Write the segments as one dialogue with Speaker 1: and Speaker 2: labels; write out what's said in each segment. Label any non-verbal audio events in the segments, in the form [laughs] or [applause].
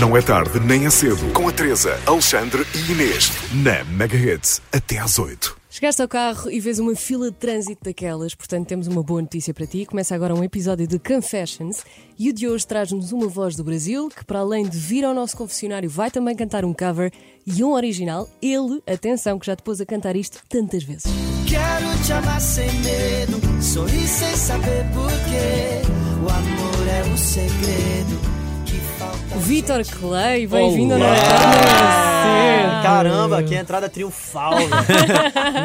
Speaker 1: Não é tarde nem é cedo. Com a Teresa, Alexandre e Inês. Na Megahits, até às 8.
Speaker 2: Chegaste ao carro e vês uma fila de trânsito daquelas, portanto temos uma boa notícia para ti. Começa agora um episódio de Confessions e o de hoje traz-nos uma voz do Brasil que, para além de vir ao nosso confessionário, vai também cantar um cover e um original. Ele, atenção, que já te pôs a cantar isto tantas vezes.
Speaker 3: Quero te amar sem medo, sorrir sem saber porquê. O amor é um segredo que falta.
Speaker 2: Vitor Clay, bem-vindo ao
Speaker 4: Olá!
Speaker 2: Não é Tarde, Não é Cedo.
Speaker 4: Caramba, que
Speaker 2: [laughs]
Speaker 4: entrada triunfal.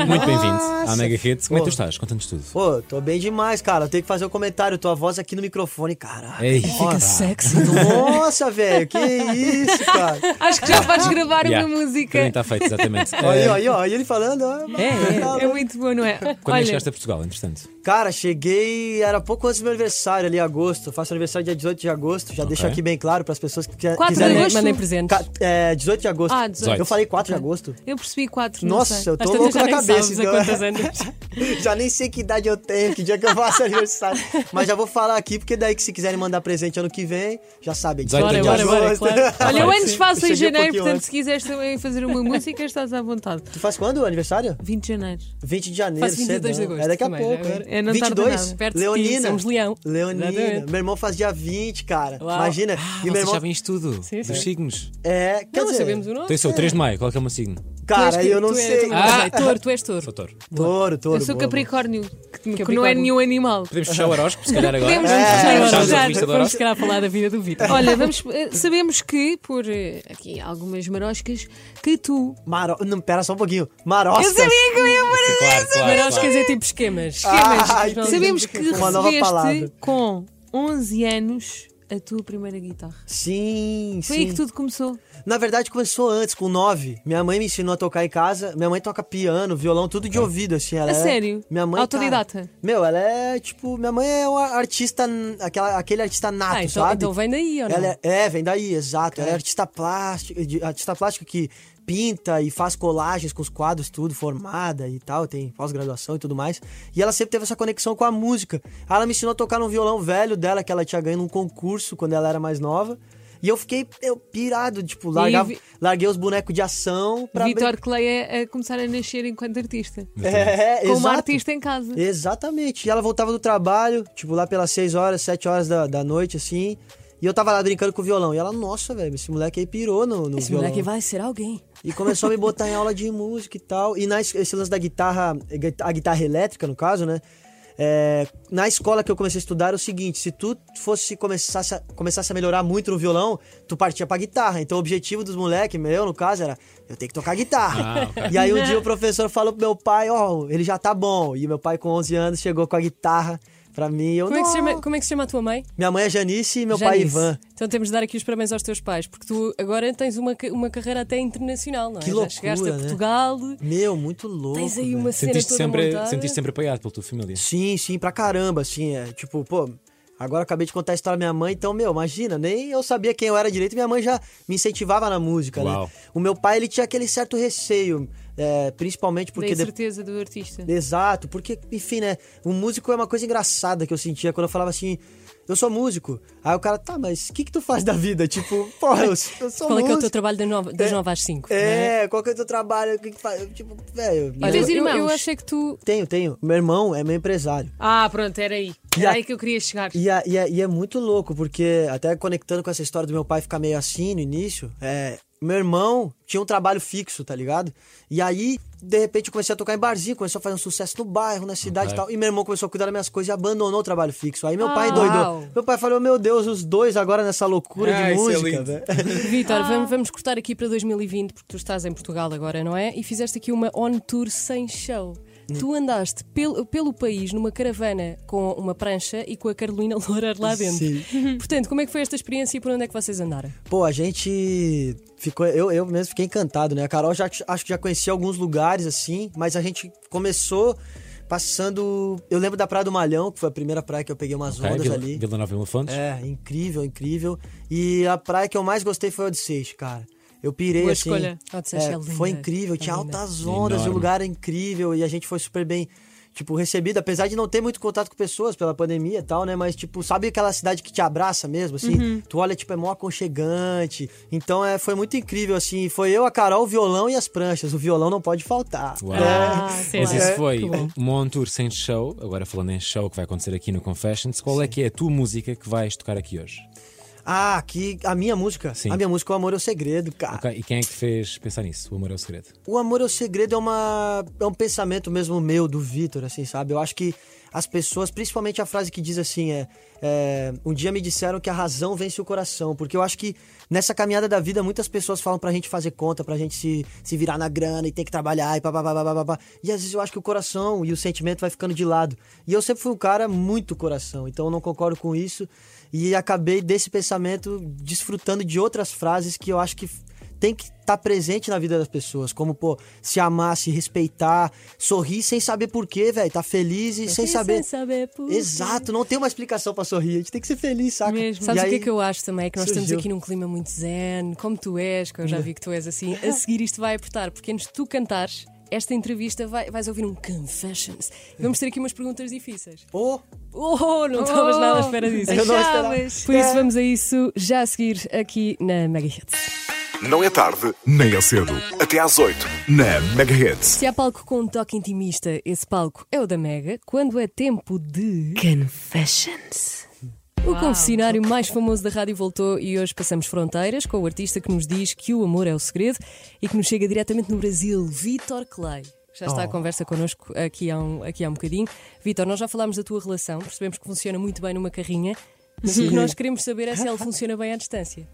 Speaker 5: Muito bem-vindo à
Speaker 4: Nossa.
Speaker 5: Mega Hits. Como é
Speaker 4: Pô.
Speaker 5: que tu estás? Conta-nos tudo.
Speaker 4: Pô, tô bem demais, cara. Eu tenho que fazer um comentário. Tua voz aqui no microfone, cara.
Speaker 2: É.
Speaker 5: Ei.
Speaker 2: Fica sexy. [laughs]
Speaker 4: Nossa, velho, que isso, cara.
Speaker 2: Acho que já vais gravar
Speaker 5: Yeah.
Speaker 2: uma música.
Speaker 5: Também tá está feito, [laughs] exatamente.
Speaker 4: Olha,
Speaker 5: Eh,
Speaker 4: olha, olha ele falando. ó. tá
Speaker 2: É, é muito bom, não é?
Speaker 5: Quando é que
Speaker 2: Olha,
Speaker 5: chegaste a Portugal, entretanto?
Speaker 4: Cara, cheguei, era pouco antes do meu aniversário ali, agosto. Eu faço aniversário dia 18 de agosto. Já deixo aqui bem claro para as pessoas que que-
Speaker 6: Quatro de
Speaker 4: quiserem.
Speaker 6: agosto?
Speaker 2: mandem presentes.
Speaker 4: Ca- É, 18 de agosto.
Speaker 6: Ah, 18.
Speaker 4: Eu falei 4 de agosto.
Speaker 6: Eu percebi quatro.
Speaker 4: Nossa, tá
Speaker 6: não sei.
Speaker 4: eu tô
Speaker 6: Às tantas
Speaker 4: louco
Speaker 6: já
Speaker 4: na
Speaker 6: nem
Speaker 4: cabeça,
Speaker 6: sabes a
Speaker 4: então.
Speaker 6: quantas
Speaker 2: né?
Speaker 6: andas.
Speaker 4: [laughs] Já nem sei que idade eu tenho, que dia que eu faço [laughs] aniversário. Mas já vou falar aqui, porque daí que se quiserem mandar presente ano que vem, já sabem.
Speaker 5: 18
Speaker 6: Bora,
Speaker 5: de
Speaker 6: bora, bora,
Speaker 4: agosto.
Speaker 6: claro.
Speaker 4: [laughs]
Speaker 6: Olha, eu
Speaker 5: Sim.
Speaker 6: antes faço
Speaker 4: Cheguei
Speaker 6: em
Speaker 4: um
Speaker 6: janeiro,
Speaker 4: pouquinho
Speaker 6: portanto,
Speaker 4: antes.
Speaker 6: se quiseres também
Speaker 4: [laughs]
Speaker 6: fazer uma música, estás à vontade.
Speaker 4: Tu faz quando o aniversário?
Speaker 6: 20 de janeiro.
Speaker 4: 20 de janeiro,
Speaker 2: Faço 22 de
Speaker 4: cedão.
Speaker 2: agosto
Speaker 4: É daqui a
Speaker 2: também,
Speaker 4: pouco.
Speaker 2: já
Speaker 4: é.
Speaker 2: agora.
Speaker 6: É, não tarda
Speaker 4: 22,
Speaker 6: nada.
Speaker 2: Perto de ti,
Speaker 4: Leonina.
Speaker 2: somos leão.
Speaker 4: Leonina.
Speaker 2: Exatamente.
Speaker 4: Meu irmão faz dia 20, cara.
Speaker 2: Uau.
Speaker 4: Imagina. e
Speaker 5: Ah,
Speaker 4: meu
Speaker 5: vocês já
Speaker 4: irmão.
Speaker 5: vens tudo.
Speaker 2: Sim, sim.
Speaker 5: Dos signos.
Speaker 4: É, quer
Speaker 2: Não
Speaker 4: dizer,
Speaker 2: sabemos o nome.
Speaker 5: Então, eu sou 3 de maio. Qual é que é o meu signo?
Speaker 4: Cara,
Speaker 2: que-
Speaker 4: eu não
Speaker 2: tu és-
Speaker 4: sei.
Speaker 2: tu
Speaker 4: Ah,
Speaker 2: és- é touro, tu és touro.
Speaker 5: Sou touro.
Speaker 4: Touro, touro.
Speaker 6: Eu sou
Speaker 4: boa,
Speaker 6: Capricórnio, que, que não é nenhum animal.
Speaker 5: Podemos fechar o horóscopo, se calhar agora.
Speaker 4: É.
Speaker 6: Podemos,
Speaker 5: Fechamos
Speaker 6: fechar o
Speaker 5: a
Speaker 6: horóscopo.
Speaker 5: revista do
Speaker 2: Vamos
Speaker 5: horóscopo.
Speaker 2: se calhar falar da vida do Vitor.
Speaker 6: Olha, vamos, eh, sabemos que, por eh, aqui algumas maroscas, que tu.
Speaker 4: boa. Maro... Não, pera só um pouquinho. Maroscas.
Speaker 6: Eu sabia que eu ia morrer!
Speaker 5: Claro, claro,
Speaker 2: Maroscas
Speaker 5: claro.
Speaker 2: é tipo esquemas.
Speaker 6: Esquemas.
Speaker 4: Ah, entendi.
Speaker 6: Sabemos que
Speaker 4: Uma nova palavra.
Speaker 6: recebeste com 11 anos a tua primeira guitarra.
Speaker 4: Sim,
Speaker 6: Foi
Speaker 4: sim.
Speaker 6: aí que tudo começou.
Speaker 4: Na verdade, começou antes, com 9. Minha mãe me ensinou a tocar em casa. Minha mãe toca piano, violão, tudo de ouvido, assim. Ela
Speaker 6: A
Speaker 4: é-
Speaker 6: sério?
Speaker 4: Minha mãe.
Speaker 6: Autodidata?
Speaker 4: cara, meu, ela é tipo. Minha mãe é uma artista. n- Aquela, aquele artista nato,
Speaker 2: Ah, então,
Speaker 4: sabe?
Speaker 2: então vem daí, ou não?
Speaker 4: Ela é, é, vem daí, exato. Ela é artista plástica, de- artista plástica que pinta e faz colagens com os quadros, tudo, formada e tal, tem pós-graduação e tudo mais. E ela sempre teve essa conexão com a música. Ela me ensinou a tocar num violão velho dela, que ela tinha ganho num concurso quando ela era mais nova. E eu fiquei eu, pirado, tipo, largava,
Speaker 6: vi-
Speaker 4: larguei os bonecos de ação pra.
Speaker 6: Vitor Clay é, a, a começar a nascer enquanto artista.
Speaker 4: [laughs] É,
Speaker 6: Como
Speaker 4: exato.
Speaker 6: artista em casa.
Speaker 4: Exatamente. E ela voltava do trabalho, tipo, lá pelas 6 horas, 7 horas da, da noite, assim. E eu tava lá brincando com o violão. E ela, nossa, velho, esse moleque aí pirou no, no
Speaker 2: Esse
Speaker 4: violão.
Speaker 2: moleque vai ser alguém.
Speaker 4: E começou a me botar em aula de música e tal. E na, es- esse lance da guitarra, a guitarra elétrica, no caso, né? É, na escola que eu comecei a estudar era o seguinte: se tu fosse começasse a, começasse a melhorar muito no violão, tu partia pra guitarra. Então o objetivo dos moleques, meu, no caso, era eu tenho que tocar guitarra.
Speaker 5: Ah, ok.
Speaker 4: E aí um dia o professor falou pro meu pai: Ó, ele já tá bom. E meu pai, com 11 anos, chegou com a guitarra pra mim. e Eu,
Speaker 2: Como é, que se
Speaker 4: "Não."
Speaker 2: chama, como é que se chama a tua mãe?
Speaker 4: Minha mãe é Janice e meu pai é
Speaker 2: Janice.
Speaker 4: Ivan.
Speaker 2: Então temos de dar aqui os parabéns aos teus pais, porque tu agora tens uma, ca- uma carreira até internacional, não é?
Speaker 4: Que loucura,
Speaker 2: Já chegaste a
Speaker 4: né?
Speaker 2: Portugal,
Speaker 4: Meu, muito louco.
Speaker 2: tens aí um
Speaker 4: velho.
Speaker 2: uma cena
Speaker 5: Sentiste
Speaker 2: toda montada.
Speaker 5: sempre, sentiste sempre apoiado pela tua família.
Speaker 4: Sim, sim, pra caramba, assim, é, tipo, pô, agora eu acabei de contar a história da minha mãe, então, meu, imagina, nem eu sabia quem eu era direito, minha mãe já me incentivava na música, né?
Speaker 5: Uau.
Speaker 4: O meu pai, ele tinha aquele certo receio, é, principalmente
Speaker 6: Da
Speaker 4: porque... de-
Speaker 6: certeza do artista.
Speaker 4: Exato, porque, enfim, né, o músico é uma coisa engraçada que eu sentia quando eu falava assim... Eu sou músico. Aí o cara, tá, mas o que que tu faz da vida? Tipo, [laughs] porra, eu, eu sou
Speaker 2: Qual é
Speaker 4: músico.
Speaker 2: que é o teu né? trabalho das nove, das nove às cinco? não
Speaker 4: É, qual que é o teu trabalho? O que que faz? Tipo, velho...
Speaker 2: Olha,
Speaker 6: teus
Speaker 2: eu- eu- Eu,
Speaker 6: irmãos?
Speaker 2: achei que tu.
Speaker 4: Tenho, tenho. Meu irmão é meu empresário.
Speaker 6: Ah, pronto, era aí. Era
Speaker 4: a-
Speaker 6: aí que eu queria chegar.
Speaker 4: E é, e é- e é muito louco, porque até conectando com essa história do meu pai ficar meio assim no início, é, meu irmão tinha um trabalho fixo, tá ligado? E aí, de repente, eu comecei a tocar em barzinho, começou a fazer um sucesso no bairro, na cidade e
Speaker 5: Ok.
Speaker 4: tal. E meu irmão começou a cuidar das minhas coisas e abandonou o trabalho fixo. Aí meu pai
Speaker 2: Ah. Uau.
Speaker 4: doidou. Meu pai falou: Meu Deus, os dois agora nessa loucura
Speaker 5: Ah,
Speaker 4: de
Speaker 5: isso é
Speaker 4: música, né?"
Speaker 5: lindo.
Speaker 4: velho."
Speaker 2: [laughs] Vitor, vamos, vamos cortar aqui para 2020, porque tu estás em Portugal agora, não é? E fizeste aqui uma on tour sem show. Tu andaste pelo, pelo país numa caravana com uma prancha e com a Carolina [laughs] Lourar lá dentro.
Speaker 4: Sim.
Speaker 2: Portanto, como é que foi esta experiência e por onde é que vocês andaram?
Speaker 4: Pô, a gente ficou. Eu, eu mesmo fiquei encantado, né? A Carol já acho que já conhecia alguns lugares assim, mas a gente começou passando. Eu lembro da Praia do Malhão, que foi a primeira praia que eu peguei umas
Speaker 5: Ok,
Speaker 4: ondas
Speaker 5: Vila,
Speaker 4: ali.
Speaker 5: Vila Nova e Fontes.
Speaker 4: É, incrível, incrível. E a praia que eu mais gostei foi a Odisseis, cara. Eu pirei
Speaker 6: Boa
Speaker 4: assim.
Speaker 6: escolha.
Speaker 2: A Odisseis é linda,
Speaker 4: foi incrível,
Speaker 2: é
Speaker 4: tinha
Speaker 2: linda.
Speaker 4: altas ondas, um o
Speaker 5: Enorme.
Speaker 4: lugar era incrível e a gente foi super bem. tipo, recebido, apesar de não ter muito contato com pessoas pela pandemia e tal, né? Mas, tipo, sabe aquela cidade que te abraça mesmo, assim?
Speaker 6: Uhum.
Speaker 4: Tu olha, tipo, é mó aconchegante. Então, é, foi muito incrível, assim. Foi eu, a Carol, o violão e as pranchas. O violão não pode faltar.
Speaker 5: Uau.
Speaker 6: Ah,
Speaker 5: Mas
Speaker 6: claro.
Speaker 5: isso foi
Speaker 6: Que bom.
Speaker 5: uma on tour sem show. Agora falando em show que vai acontecer aqui no Confessions, qual é que é a tua música que vais tocar aqui hoje?
Speaker 4: Ah, que a minha música.
Speaker 5: Sim.
Speaker 4: A minha música, O Amor é o Segredo, cara.
Speaker 5: Ok, E quem é que te fez pensar nisso? O amor é o segredo.
Speaker 4: O amor é o segredo é, uma, é um pensamento mesmo meu, do Vitor, assim, sabe? Eu acho que as pessoas, principalmente a frase que diz assim, é, é, Um dia me disseram que a razão vence o coração. Porque eu acho que nessa caminhada da vida, muitas pessoas falam pra gente fazer conta, pra gente se, se virar na grana e tem que trabalhar e papapá. E às vezes eu acho que o coração e o sentimento vai ficando de lado. E eu sempre fui um cara muito coração, então eu não concordo com isso. E acabei desse pensamento desfrutando de outras frases que eu acho que tem que estar presente na vida das pessoas, como, pô, se amar, se respeitar, sorrir sem saber porquê, velho, tá feliz e sem saber.
Speaker 2: Sem saber por quê.
Speaker 4: Exato, não tem uma explicação pra sorrir, a gente tem que ser feliz, saca?
Speaker 6: Mesmo.
Speaker 2: Sabes
Speaker 4: E
Speaker 2: o que é
Speaker 4: aí-
Speaker 2: que eu acho também? É que nós estamos
Speaker 4: surgiu.
Speaker 2: aqui num clima muito zen, como tu és, que eu já vi que tu és assim. A seguir isto vai apertar, porque antes de tu cantares esta entrevista, vai- vais ouvir um Confessions. E Vamos ter aqui umas perguntas difíceis.
Speaker 4: Pô,
Speaker 2: Oh, não estavas
Speaker 6: Oh,
Speaker 2: nada à espera disso.
Speaker 4: Eu não esperava.
Speaker 6: achavas?
Speaker 2: Por isso, vamos a isso já a seguir aqui na Mega Hits.
Speaker 1: Não é tarde, nem é cedo. Até às 8, na Megahertz.
Speaker 2: Se há palco com um toque intimista, esse palco é o da Mega. Quando é tempo de.
Speaker 7: Confessions.
Speaker 2: O confessionário mais famoso da rádio voltou e hoje passamos fronteiras com o artista que nos diz que o amor é o segredo e que nos chega diretamente no Brasil, Vitor Clay. Já está a conversa connosco aqui há um, aqui há um bocadinho. Vitor, nós já falámos da tua relação, percebemos que funciona muito bem numa carrinha, mas o que nós queremos saber é se ela funciona bem à distância.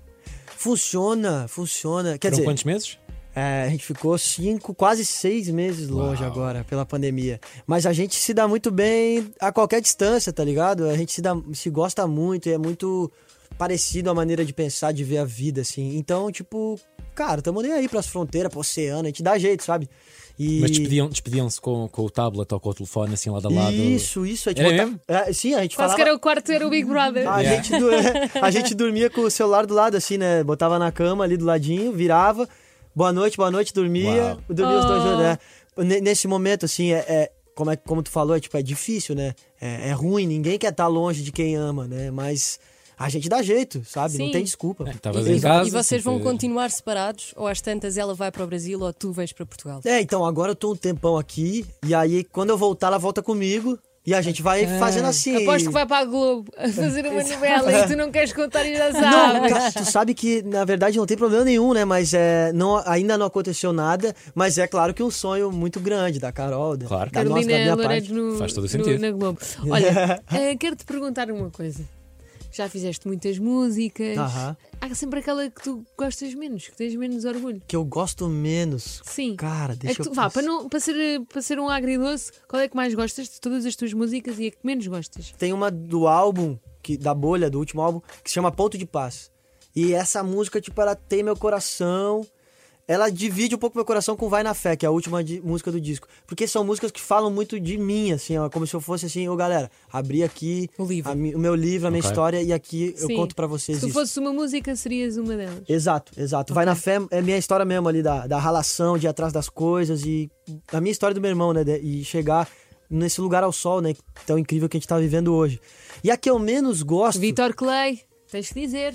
Speaker 4: funciona, funciona. Quer
Speaker 5: Foram
Speaker 4: dizer,
Speaker 5: quantos meses?
Speaker 4: é, a gente ficou cinco, quase seis meses longe agora, pela pandemia. Mas a gente se dá muito bem a qualquer distância, tá ligado? A gente se, dá, se gosta muito e é muito parecido a maneira de pensar, de ver a vida, assim. Então, tipo, cara, tamo nem aí pras fronteiras, pro oceano, a gente dá jeito, sabe? E...
Speaker 5: Mas despediam- despediam-se com, com o tablet ou com o telefone assim lado a lado.
Speaker 4: Isso, isso. A gente
Speaker 5: Era
Speaker 4: bota-
Speaker 5: mesmo?
Speaker 4: É, sim, a gente
Speaker 6: Quase
Speaker 4: falava... Ah,
Speaker 6: que era o quarto era o Big Brother.
Speaker 4: A,
Speaker 5: Yeah.
Speaker 4: gente du- a gente dormia com o celular do lado, assim, né? Botava na cama ali do ladinho, virava. Boa noite, boa noite, dormia.
Speaker 5: Uau.
Speaker 4: Dormia os dois
Speaker 6: Oh.
Speaker 4: juntos, né? Ne- Nesse momento, assim, é, é- como, é, como tu falou, é, tipo, é difícil, né? É, é ruim, ninguém quer estar longe de quem ama, né? Mas a gente dá jeito, sabe?
Speaker 6: Sim.
Speaker 4: Não tem desculpa.
Speaker 5: Estavas
Speaker 2: e,
Speaker 5: em casa. tipo,
Speaker 2: e vocês vão
Speaker 5: sempre-
Speaker 2: continuar separados ou às tantas ela vai para o Brasil ou tu vais para Portugal?
Speaker 4: É, então, agora eu tô um tempão aqui. E aí, quando eu voltar, ela volta comigo. E a gente vai
Speaker 6: Ah.
Speaker 4: fazendo assim.
Speaker 6: Aposto que vai para a Globo a fazer uma novela e tu não queres contar e
Speaker 4: [laughs]
Speaker 6: já
Speaker 4: Não,
Speaker 6: sabes.
Speaker 4: cara, tu sabe que na verdade não tem problema nenhum, né? Mas é, não, ainda não aconteceu nada. Mas é claro que um sonho muito grande da Carol, da,
Speaker 5: Claro.
Speaker 4: da nossa, da
Speaker 6: Carolina
Speaker 4: minha
Speaker 6: Loureiro
Speaker 4: parte.
Speaker 6: no,
Speaker 5: Faz todo o
Speaker 6: no-
Speaker 5: sentido.
Speaker 6: na Globo. Olha,
Speaker 4: [laughs]
Speaker 6: eh, quero-te perguntar uma coisa. Já fizeste muitas músicas.
Speaker 4: Aham.
Speaker 6: Há sempre aquela que tu gostas menos, que tens menos orgulho.
Speaker 4: Que eu gosto menos.
Speaker 6: Sim.
Speaker 4: Cara,
Speaker 6: A
Speaker 4: deixa
Speaker 6: tu-
Speaker 4: eu.
Speaker 6: Vá, para, não, para, ser, para ser um agridoce, qual é que mais gostas de todas as tuas músicas e a que menos gostas?
Speaker 4: Tem uma do álbum, que, da bolha, do último álbum, que se chama Ponto de Paz. E essa música, tipo, ela tem meu coração. Ela divide um pouco meu coração com Vai na Fé, que é a última di- música do disco. Porque são músicas que falam muito de mim, assim, ó, como se eu fosse assim, ô galera, abri aqui
Speaker 2: O livro.
Speaker 4: a mi- o meu livro, a minha
Speaker 5: Ok.
Speaker 4: história, e aqui eu
Speaker 6: Sim.
Speaker 4: conto pra vocês
Speaker 6: Se tu
Speaker 4: isso.
Speaker 6: fosses uma música, serias uma delas.
Speaker 4: Exato, exato. Vai na fé, é minha história mesmo ali, da, da ralação, de ir atrás das coisas e a minha história do meu irmão, né? de- E chegar nesse lugar ao sol, né? Tão incrível que a gente tá vivendo hoje. E a que eu menos gosto.
Speaker 6: Vitor Clay, tens que dizer.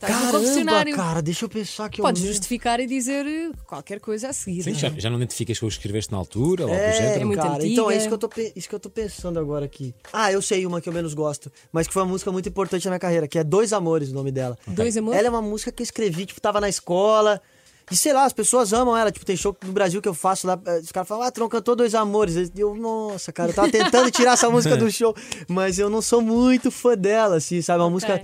Speaker 2: tá
Speaker 6: Estás no
Speaker 4: Caramba,
Speaker 6: confessionário.
Speaker 4: cara, deixa eu pensar que
Speaker 2: Podes
Speaker 4: eu. menos-
Speaker 2: justificar e dizer eh, qualquer coisa a seguir.
Speaker 5: Sim, já, já não identificas que eu escreveste na altura ou algo do
Speaker 4: É,
Speaker 5: género.
Speaker 2: é muito
Speaker 4: cara,
Speaker 2: antiga.
Speaker 4: então é isso que, eu tô, pe- isso que eu tô pensando agora aqui. Ah, eu sei uma que eu menos gosto, mas que foi uma música muito importante na minha carreira, que é Dois Amores, o nome dela.
Speaker 2: Dois amores?
Speaker 4: Ela é uma música que eu escrevi, tipo, tava na escola. E sei lá, as pessoas amam ela. Tipo, tem show no Brasil que eu faço lá. eh, Os caras falam, ah, tu não cantou dois amores. E Eu, nossa, cara, eu tava tentando tirar essa música
Speaker 5: [laughs]
Speaker 4: do show. Mas eu não sou muito fã dela, assim, sabe? Uma música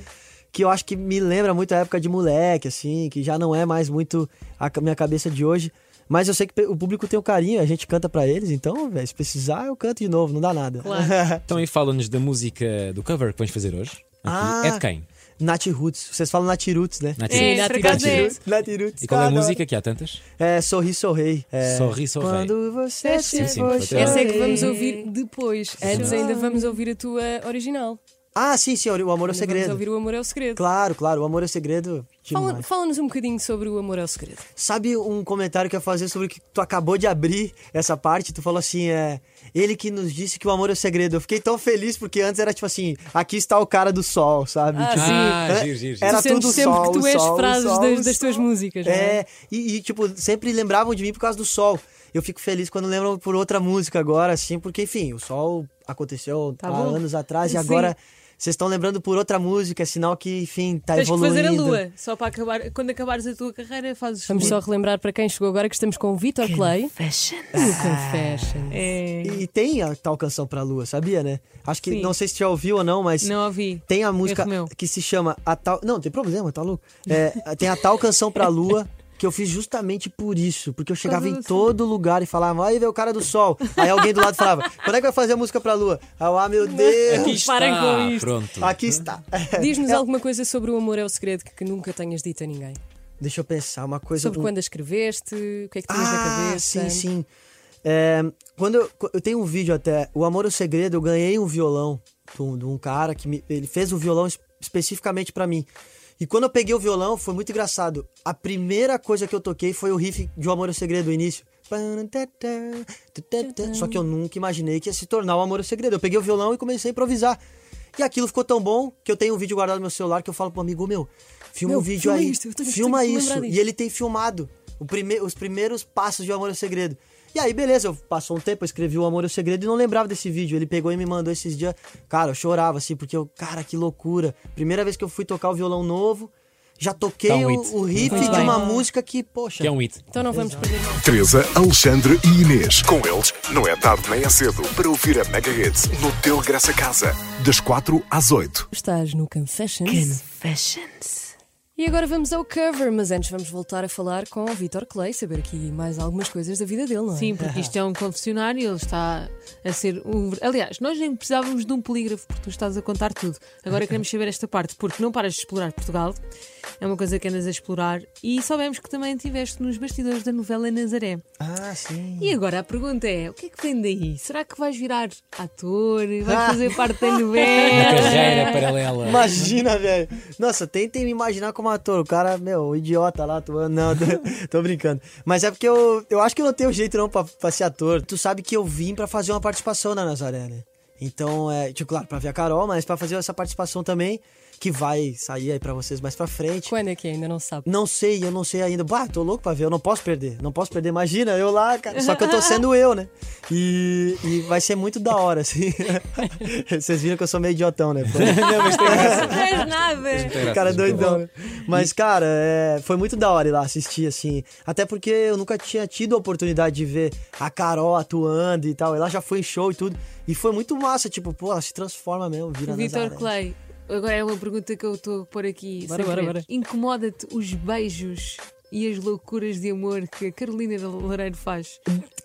Speaker 4: que eu acho que me lembra muito a época de moleque, assim, que já não é mais muito a ca- minha cabeça de hoje. Mas eu sei que pe- o público tem um carinho, a gente canta pra eles, então, velho, se precisar, eu canto de novo, não dá nada. [laughs]
Speaker 6: Claro.
Speaker 5: Então aí fala-nos da música do cover que vais fazer hoje. Aqui.
Speaker 4: Ah.
Speaker 5: É de quem?
Speaker 4: Nath Roots, vocês falam Nath Roots, né?
Speaker 5: Nath
Speaker 6: É,
Speaker 5: Roots.
Speaker 6: por acaso é.
Speaker 4: Nath Roots. Ah,
Speaker 5: E qual é a
Speaker 4: cara.
Speaker 5: música que há tantas?
Speaker 4: É, Sorri, Sorrei. É,
Speaker 5: Sorri, Sorrei.
Speaker 4: Quando você se
Speaker 5: Sim, sim,
Speaker 4: for
Speaker 5: perfeito.
Speaker 4: chorar.
Speaker 2: Essa é que vamos ouvir depois. Antes ainda vamos ouvir a tua original.
Speaker 4: Ah, sim, sim, o Amor é o
Speaker 2: Vamos
Speaker 4: Segredo.
Speaker 2: ouvir o Amor é o Segredo.
Speaker 4: Claro, claro, o Amor é o Segredo.
Speaker 2: Fala-
Speaker 4: demais.
Speaker 2: Fala-nos um bocadinho sobre o Amor é o Segredo.
Speaker 4: Sabe um comentário que eu ia fazer sobre o que tu acabou de abrir essa parte? Tu falou assim, é. Ele que nos disse que o amor é o segredo. Eu fiquei tão feliz porque antes era tipo assim: aqui está o cara do sol, sabe?
Speaker 2: Ah,
Speaker 4: Tipo,
Speaker 5: Ah,
Speaker 4: é,
Speaker 5: giro, giro, giro.
Speaker 4: Era
Speaker 2: Tu sentes
Speaker 4: tudo
Speaker 2: sempre
Speaker 4: sol,
Speaker 2: que tu
Speaker 4: o
Speaker 2: és
Speaker 4: sol, o
Speaker 2: frases
Speaker 4: sol,
Speaker 2: das,
Speaker 4: o
Speaker 2: das tuas
Speaker 4: sol.
Speaker 2: músicas, não é?
Speaker 4: É, e, e, tipo, sempre lembravam de mim por causa do sol. Eu fico feliz quando lembram por outra música agora, assim, porque, enfim, o sol aconteceu
Speaker 6: Tá
Speaker 4: há
Speaker 6: bom.
Speaker 4: anos atrás
Speaker 6: Sim.
Speaker 4: e agora vocês estão lembrando por outra música, é sinal que, enfim, tá
Speaker 6: Tens que
Speaker 4: evoluindo.
Speaker 6: fazer a lua, só para acabar. Quando acabares a tua carreira, fazes.
Speaker 2: Vamos
Speaker 6: lua.
Speaker 2: só relembrar para quem chegou agora que estamos com o Vitor Clay.
Speaker 7: Confessions.
Speaker 2: O Confession.
Speaker 6: É...
Speaker 4: E tem a tal canção pra lua, sabia, né? Acho que,
Speaker 6: Sim.
Speaker 4: não sei se tu já ouviu ou não, mas
Speaker 6: Não ouvi.
Speaker 4: tem a música
Speaker 6: Erro meu.
Speaker 4: que se chama A Tal. Não, tem problema, tá louco? É, tem a tal canção pra lua. Que eu fiz justamente por isso, porque eu chegava em
Speaker 6: do
Speaker 4: todo lugar e falava, aí vê o cara do sol. Aí alguém do lado falava, quando é que vai fazer a música pra lua? Aí eu, ah, meu
Speaker 5: Aqui
Speaker 4: Deus,
Speaker 5: está.
Speaker 6: Parem com isto.
Speaker 5: Pronto.
Speaker 4: aqui está. [laughs] É.
Speaker 2: Diz-nos alguma coisa sobre o Amor é o Segredo que, que nunca tenhas dito a ninguém.
Speaker 4: Deixa eu pensar uma coisa.
Speaker 2: Sobre
Speaker 4: um-
Speaker 2: quando a escreveste, o que é que tinhas na
Speaker 4: Ah,
Speaker 2: cabeça.
Speaker 4: Sim, sim. É, quando eu, eu tenho um vídeo até, O Amor é o Segredo, eu ganhei um violão de um, de um cara que me- ele fez um violão es- especificamente pra mim. E quando eu peguei o violão, foi muito engraçado. A primeira coisa que eu toquei foi o riff de O Amor é o Segredo, o início. Só que eu nunca imaginei que ia se tornar o Amor é o Segredo. Eu peguei o violão e comecei a improvisar. E aquilo ficou tão bom que eu tenho um vídeo guardado no meu celular que eu falo pro amigo meu, filma
Speaker 2: Meu,
Speaker 4: um vídeo
Speaker 2: filma
Speaker 4: aí,
Speaker 2: isto, eu tenho-
Speaker 4: filma
Speaker 2: tenho que
Speaker 4: isso.
Speaker 2: lembrar
Speaker 4: E
Speaker 2: disto.
Speaker 4: ele tem filmado o prime- os primeiros passos de O Amor é o Segredo. E aí, beleza, eu passou um tempo, eu escrevi O Amor é o Segredo e não lembrava desse vídeo. Ele pegou e me mandou esses dias. Cara, eu chorava assim, porque eu, cara, que loucura. Primeira vez que eu fui tocar o violão novo, já toquei
Speaker 5: Tá um hit.
Speaker 4: o, o riff
Speaker 2: Muito
Speaker 4: de
Speaker 2: bem.
Speaker 4: uma música que, poxa.
Speaker 5: Que é um hit.
Speaker 2: Então não vamos perder.
Speaker 1: Teresa, Alexandre e Inês. Com eles, não é tarde nem é cedo para ouvir a Mega Hits no teu graça casa, das 4 às 8.
Speaker 2: Estás no Confessions.
Speaker 7: Confessions.
Speaker 2: E agora vamos ao cover, mas antes vamos voltar a falar com o Vitor Clay, saber aqui mais algumas coisas da vida dele, não é?
Speaker 6: Sim, porque isto é um confessionário, ele está a ser um. Aliás, nós nem precisávamos de um polígrafo porque tu estás a contar tudo. Agora queremos saber esta parte, porque não paras de explorar Portugal, é uma coisa que andas a explorar e soubemos que também estiveste nos bastidores da novela Nazaré.
Speaker 4: Ah, sim.
Speaker 6: E agora a pergunta é: o que é que vem daí? Será que vais virar ator? Vais fazer parte
Speaker 4: [laughs]
Speaker 6: da É. novela?
Speaker 5: Carreira paralela.
Speaker 4: Imagina, velho. Nossa, tentem me imaginar como ator. O cara, meu, um idiota lá atuando. Não, tô, tô brincando. Mas é porque eu, eu acho que eu não tenho jeito não pra, pra ser ator. Tu sabe que eu vim pra fazer uma participação na Nazaré, né? Então, é, tipo, claro, pra ver a Carol, mas pra fazer essa participação também, que vai sair aí pra vocês mais pra frente.
Speaker 2: Quando é que é? ainda não sabe?
Speaker 4: Não sei, eu não sei ainda. Bah, tô louco pra ver, eu não posso perder. Não posso perder. Imagina, eu lá, cara. Só que eu tô sendo eu, né? E, e vai ser muito da hora, assim. [laughs] Vocês viram que eu sou meio idiotão, né? Não, mas tem
Speaker 6: Não és nada!
Speaker 5: Graças,
Speaker 4: cara
Speaker 5: muito bom.
Speaker 4: doidão. né? Mas, cara, é, foi muito da hora ir lá assistir, assim. Até porque eu nunca tinha tido a oportunidade de ver a Carol atuando e tal. Ela já foi em show e tudo. E foi muito massa, tipo, pô, ela se transforma mesmo, vira
Speaker 6: Vitor
Speaker 4: Nazaré.
Speaker 6: Clay, agora é uma pergunta que eu estou a pôr aqui.
Speaker 2: Bora,
Speaker 6: sem
Speaker 2: bora,
Speaker 6: querer.
Speaker 2: bora.
Speaker 6: Incomoda-te os beijos e as loucuras de amor que a Carolina Loureiro faz?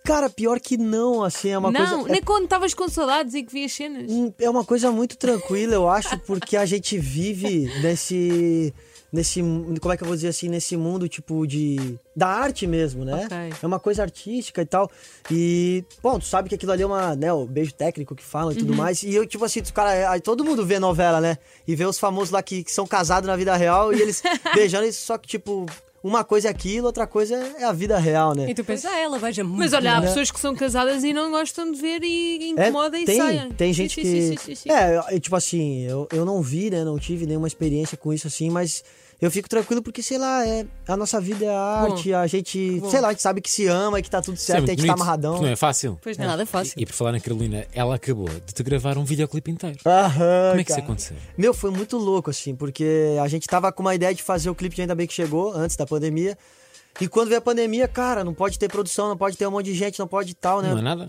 Speaker 4: Cara, pior que não, assim, é uma
Speaker 6: não,
Speaker 4: coisa. é-
Speaker 6: nem quando estavas com saudades e que vias cenas.
Speaker 4: Hum, É uma coisa muito tranquila, eu acho, porque a gente vive nesse. Nesse, como é que eu vou dizer assim, nesse mundo, tipo, de. Da arte mesmo, né?
Speaker 6: Ok.
Speaker 4: É uma coisa artística e tal. E, bom, tu sabe que aquilo ali é uma, né, o beijo técnico que falam e tudo
Speaker 2: Uhum.
Speaker 4: mais. E eu, tipo assim, os cara, aí todo mundo vê novela, né? E vê os famosos lá que, que são casados na vida real
Speaker 2: [laughs]
Speaker 4: e eles beijando, e só que, tipo, uma coisa é aquilo, outra coisa é a vida real, né?
Speaker 2: E tu pensas, ah, ela beija muito.
Speaker 6: Mas olha, há pessoas que são casadas e não gostam de ver e
Speaker 4: É,
Speaker 6: incomoda e
Speaker 4: tem,
Speaker 6: saem.
Speaker 4: Tem
Speaker 6: Sim,
Speaker 4: gente
Speaker 6: sim,
Speaker 4: que.
Speaker 6: sim, sim, sim.
Speaker 4: É, eu- eu, tipo assim, eu, eu não vi, né? Não tive nenhuma experiência com isso assim, mas eu fico tranquilo porque, sei lá, é, a nossa vida é arte, a gente, sei lá, a gente sabe que se ama e que tá tudo
Speaker 5: Isso é
Speaker 4: certo,
Speaker 5: muito
Speaker 4: a gente tá
Speaker 5: bonito,
Speaker 4: amarradão.
Speaker 5: porque Não é fácil.
Speaker 6: Pois
Speaker 2: Não é
Speaker 6: não.
Speaker 2: nada fácil.
Speaker 5: E por falar na Carolina, ela acabou de te gravar um videoclipe inteiro.
Speaker 4: Aham,
Speaker 5: Como é que isso
Speaker 4: cara.
Speaker 5: aconteceu?
Speaker 4: Meu, foi muito louco, assim, porque a gente tava com uma ideia de fazer o clipe de Ainda Bem Que Chegou, antes da pandemia. E quando veio a pandemia, cara, não pode ter produção, não pode ter um monte de gente, não pode tal, né?
Speaker 5: Não é nada?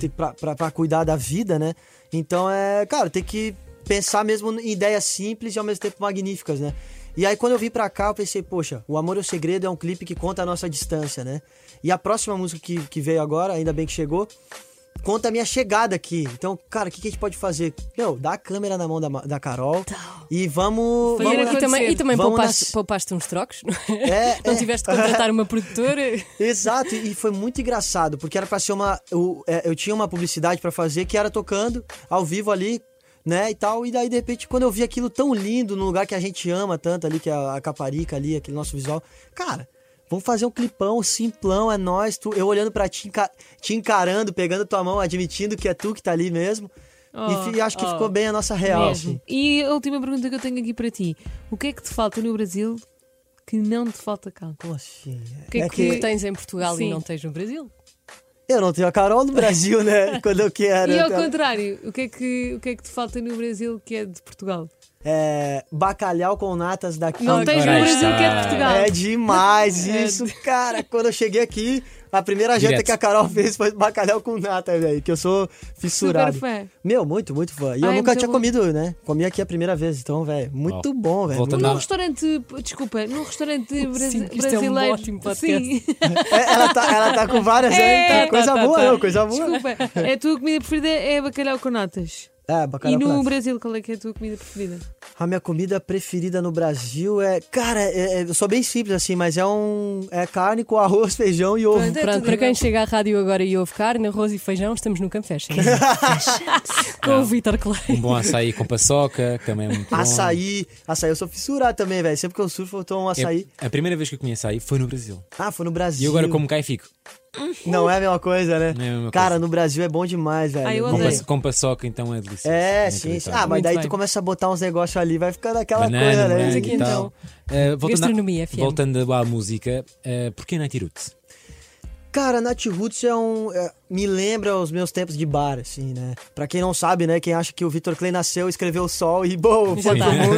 Speaker 4: ter- pra, pra, pra cuidar da vida, né? Então é, cara, tem que pensar mesmo em ideias simples e ao mesmo tempo magníficas, né? E aí quando eu vim pra cá, eu pensei, poxa, O Amor é o Segredo é um clipe que conta a nossa distância, né? E a próxima música que, que veio agora, ainda bem que chegou, conta a minha chegada aqui. Então, cara, o que, que a gente pode fazer? Meu, dá a câmera na mão da, Ma- da Carol e vamos...
Speaker 6: Fazer
Speaker 4: vamos
Speaker 2: E também, e também
Speaker 4: Vamos
Speaker 2: poupaste,
Speaker 4: nas-
Speaker 2: poupaste uns trocos, não
Speaker 6: [laughs]
Speaker 2: é?
Speaker 4: É,
Speaker 2: Não
Speaker 4: é.
Speaker 2: tiveste de contratar uma produtora.
Speaker 4: Exato, e foi muito engraçado, porque era pra ser uma. Eu, é, eu tinha uma publicidade pra fazer que era tocando ao vivo ali. né, e tal. E daí, de repente, quando eu vi aquilo tão lindo, num lugar que a gente ama tanto ali, que é a Caparica ali, aquele nosso visual, cara, vamos fazer um clipão simplão, é nós, tu, eu olhando pra ti, enca- te encarando, pegando tua mão, admitindo que é tu que tá ali mesmo.
Speaker 6: Oh,
Speaker 4: e fi- acho que
Speaker 6: oh.
Speaker 4: ficou bem a nossa real,
Speaker 6: Mesmo.
Speaker 4: assim.
Speaker 6: E a última pergunta que eu tenho aqui para ti: o que é que te falta no Brasil que não te falta cá?
Speaker 4: Como assim?
Speaker 6: Que
Speaker 4: é
Speaker 6: é
Speaker 2: Que
Speaker 6: que-
Speaker 2: tens em Portugal
Speaker 6: Sim.
Speaker 2: e não tens no Brasil.
Speaker 4: Eu não tenho a Carol no Brasil, né? [laughs] Quando eu quero.
Speaker 6: E ao
Speaker 4: eu tenho-
Speaker 6: contrário, o que, é que, o que é que te falta no Brasil que é de Portugal?
Speaker 4: É, bacalhau com natas daqui.
Speaker 6: Não tens no
Speaker 5: Ora
Speaker 6: Brasil que é de
Speaker 5: está.
Speaker 6: Portugal.
Speaker 4: É demais
Speaker 6: [laughs] É.
Speaker 4: isso, cara. Quando eu cheguei aqui, a primeira janta
Speaker 5: Direto.
Speaker 4: que a Carol fez foi bacalhau com nata, velho. Que eu sou fissurado.
Speaker 6: Super fã.
Speaker 4: Meu, muito, muito fã. E eu
Speaker 6: Ai,
Speaker 4: nunca
Speaker 6: muito
Speaker 4: tinha
Speaker 6: bom.
Speaker 4: comido, né? Comi aqui a primeira vez, então, velho. Muito
Speaker 5: Ó,
Speaker 4: bom, velho. Muito-
Speaker 5: voltando
Speaker 6: Num
Speaker 5: Não.
Speaker 6: restaurante, desculpa, num restaurante brasi-
Speaker 2: Sim, que isto é um
Speaker 6: brasileiro.
Speaker 2: ótimo podcast.
Speaker 6: Sim,
Speaker 4: É, Ela tá, ela tá com várias aí.
Speaker 6: É,
Speaker 4: tá, coisa
Speaker 2: tá, tá,
Speaker 4: boa,
Speaker 2: tá.
Speaker 4: não, coisa boa.
Speaker 6: desculpa. É a tua comida preferida é bacalhau com natas.
Speaker 4: É, bacalhau
Speaker 6: e
Speaker 4: com
Speaker 6: no
Speaker 4: natas.
Speaker 6: Brasil, qual é que é a tua comida preferida?
Speaker 4: A minha comida preferida no Brasil é. Cara, é- é- eu sou bem simples assim, mas é um. É carne com arroz, [laughs] feijão e ovo.
Speaker 6: Pronto, é
Speaker 2: Pronto,
Speaker 6: tudo
Speaker 2: para quem
Speaker 6: igual.
Speaker 2: chega à rádio agora e ouve carne, arroz e feijão, estamos no Camp Fashion. [laughs] Com o Vitor Clay.
Speaker 5: Um bom açaí com paçoca, que também é muito bom.
Speaker 4: Açaí. Açaí, eu sou fissurado também, velho. Sempre que eu surfo, eu tomo um
Speaker 5: É-
Speaker 4: açaí.
Speaker 5: a primeira vez que eu comi açaí foi no Brasil.
Speaker 4: Ah, foi no Brasil.
Speaker 5: E agora como cá e fico.
Speaker 4: Não é a mesma coisa, né?
Speaker 5: Não é a mesma
Speaker 4: Cara,
Speaker 5: coisa.
Speaker 4: no Brasil é bom demais, velho.
Speaker 6: Ah, eu
Speaker 4: É
Speaker 5: Com,
Speaker 6: Olha
Speaker 4: bom.
Speaker 6: adoro. aí.
Speaker 5: paço- com paçoca então é delicioso.
Speaker 4: É,
Speaker 5: é
Speaker 4: sim, sim.
Speaker 5: inacreditável.
Speaker 4: Ah, mas daí
Speaker 2: bem.
Speaker 4: tu começa a botar uns negócios ali, vai ficando aquela
Speaker 5: Banana,
Speaker 4: coisa, né?
Speaker 5: morango
Speaker 2: Mas aqui
Speaker 5: e tal.
Speaker 2: então,
Speaker 5: Eh, voltando,
Speaker 2: gastronomia FM.
Speaker 5: voltando à música, eh, porquê Nightirut?
Speaker 4: Cara, Nat Roots é um. é- me lembra os meus tempos de bar, assim, né? Pra quem não sabe, né? Quem acha que o Vitor Clay nasceu, escreveu o sol e, bom, foi pro mundo.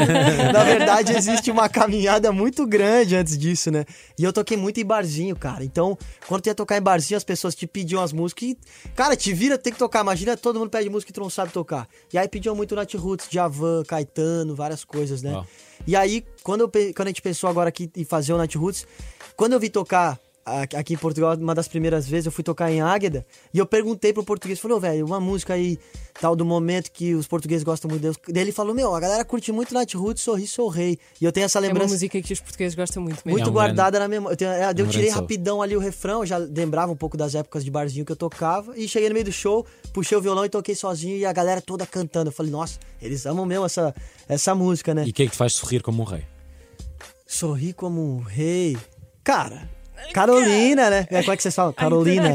Speaker 4: Na verdade, existe uma caminhada muito grande antes disso, né? E eu toquei muito em barzinho, cara. Então, quando tu ia tocar em barzinho, as pessoas te pediam as músicas e. Cara, te vira, tem que tocar. Imagina, todo mundo pede música e tu não sabe tocar. E aí pediam muito Nat Roots, Javan, Caetano, várias coisas, né?
Speaker 5: Ó.
Speaker 4: E aí, quando, eu pe- quando a gente pensou agora aqui em fazer o Night Roots, quando eu vi tocar a- aqui em Portugal, uma das primeiras vezes, eu fui tocar em Águeda, e eu perguntei pro português, falei, ô velho, uma música aí, tal, do momento que os portugueses gostam muito deles. Daí ele falou, meu, a galera curte muito Night Roots, Sorri, Sou Rei. E eu tenho essa
Speaker 2: É uma
Speaker 4: lembrança...
Speaker 2: música né? que os portugueses gostam muito mesmo.
Speaker 4: muito
Speaker 5: É um
Speaker 4: guardada na memória. Eu, tenho- é, eu
Speaker 5: grande
Speaker 4: tirei
Speaker 5: solo.
Speaker 4: rapidão ali o refrão, eu já lembrava um pouco das épocas de barzinho que eu tocava. E cheguei no meio do show, puxei o violão e toquei sozinho e a galera toda cantando. Eu falei, nossa, eles amam mesmo essa, essa música, né?
Speaker 5: E o que é que te faz sorrir como um rei?
Speaker 4: Sorri como um rei. Cara, Carolina, né? É, como é que vocês falam? [laughs] Carolina.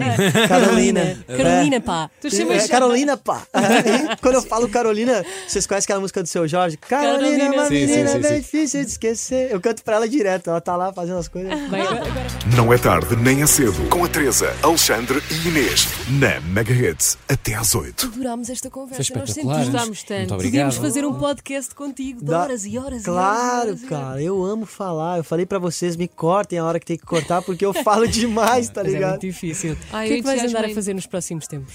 Speaker 4: Carolina.
Speaker 2: Carolina, né? pá.
Speaker 4: É. É, Carolina, pá. E Quando eu falo Carolina, vocês conhecem aquela música do seu Jorge? Carolina, é uma
Speaker 5: Sim, sim,
Speaker 4: menina
Speaker 5: sim,
Speaker 4: bem
Speaker 5: sim.
Speaker 4: difícil de esquecer. Eu canto pra ela direto, ela tá lá fazendo as coisas.
Speaker 2: Bem, agora-
Speaker 1: Não é tarde nem é cedo. Com a Teresa, Alexandre e Inês. Na Megahits. Até às 8.
Speaker 2: adorámos esta conversa.
Speaker 5: Foi
Speaker 2: Nós
Speaker 5: espetacular.
Speaker 2: sentimos.
Speaker 6: Gostámos tanto.
Speaker 5: Muito obrigado.
Speaker 2: Podíamos fazer um podcast contigo de
Speaker 4: Dá-
Speaker 2: horas e horas e
Speaker 4: Claro,
Speaker 2: horas. e horas e horas.
Speaker 4: cara, eu amo falar. Eu falei pra vocês, me cortem a hora que tem que cortar, porque eu falo [laughs] demais, tá
Speaker 2: Mas é muito
Speaker 4: ligado?
Speaker 2: difícil.
Speaker 6: Ai,
Speaker 2: o que é
Speaker 6: eu
Speaker 2: que vais
Speaker 6: entusiasmo
Speaker 2: andar a
Speaker 6: em-
Speaker 2: fazer nos próximos
Speaker 4: [laughs]
Speaker 2: tempos?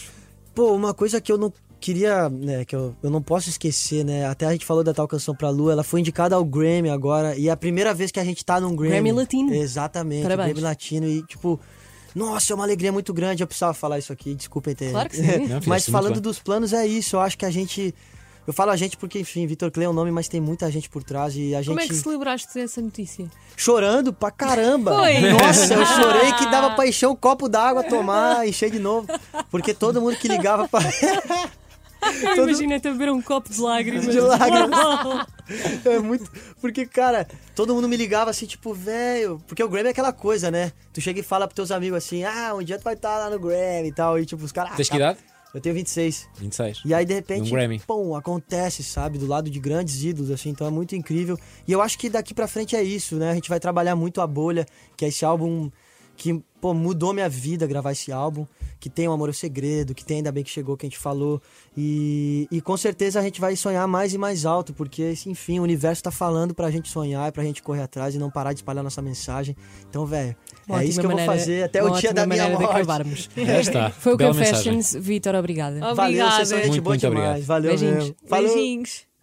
Speaker 4: Pô, uma coisa que eu não queria, né, que eu, eu não posso esquecer, né? Até a gente falou da tal canção pra Lua, ela foi indicada ao Grammy agora, e é a primeira vez que a gente tá num Grammy.
Speaker 2: Grammy Latino.
Speaker 4: Exatamente,
Speaker 2: Parabéns.
Speaker 4: Grammy Latino, e tipo. Nossa, é uma alegria muito grande. Eu precisava falar isso aqui, desculpem ter.
Speaker 2: Claro
Speaker 4: [laughs]
Speaker 2: que sim.
Speaker 5: Não,
Speaker 4: mas
Speaker 5: fizeste muito
Speaker 4: falando
Speaker 5: bem.
Speaker 4: dos planos, é isso. Eu acho que a gente. Eu falo a gente porque, enfim, Vitor Clay é um nome, mas tem muita gente por trás e a gente
Speaker 6: Como é que celebraste dessa notícia?
Speaker 4: chorando
Speaker 2: [laughs]
Speaker 4: pra caramba.
Speaker 6: Foi.
Speaker 4: Nossa, eu chorei que dava pra encher um copo d'água, tomar, encher de novo. Porque todo mundo que ligava pra.
Speaker 2: [laughs] Ai, Imagina-te a beber um copo de lágrimas.
Speaker 4: De lágrimas. [laughs] É muito. Porque, cara, todo mundo me ligava assim, tipo, velho. Porque o Grammy é aquela coisa, né? Tu chega e fala pros teus amigos assim, ah, um dia tu vai estar lá no Grammy e tal. E tipo, os caras. ah,
Speaker 5: Tens que
Speaker 4: tá-
Speaker 5: idade?
Speaker 4: Eu tenho 26.
Speaker 5: 26.
Speaker 4: E aí, de repente,
Speaker 5: Um Grammy.
Speaker 4: pum, acontece, sabe? Do lado de grandes ídolos, assim, então é muito incrível. E eu acho que daqui pra frente é isso, né? A gente vai trabalhar muito a bolha, que é esse álbum que, pô, mudou minha vida gravar esse álbum, que tem o Amor é o Segredo, que tem Ainda Bem Que Chegou, que a gente falou. E, e com certeza a gente vai sonhar mais e mais alto, porque, enfim, o universo tá falando pra gente sonhar, pra gente correr atrás e não parar de espalhar nossa mensagem. Então, velho,
Speaker 2: Uma
Speaker 4: é isso
Speaker 2: ótima
Speaker 4: que eu vou
Speaker 2: maneira-
Speaker 4: fazer até
Speaker 2: uma
Speaker 4: o dia
Speaker 2: ótima
Speaker 4: da minha
Speaker 2: maneira de
Speaker 4: morte.
Speaker 2: acabarmos.
Speaker 5: Já está.
Speaker 2: Foi o
Speaker 5: Bela
Speaker 2: Confessions. Vitor, obrigada.
Speaker 6: Obrigada.
Speaker 4: Valeu, vocês são gente
Speaker 5: Muito,
Speaker 4: boa
Speaker 5: muito
Speaker 4: demais.
Speaker 5: obrigado.
Speaker 4: Valeu
Speaker 6: Beijinhos.
Speaker 4: mesmo. Falou.
Speaker 6: Beijinhos.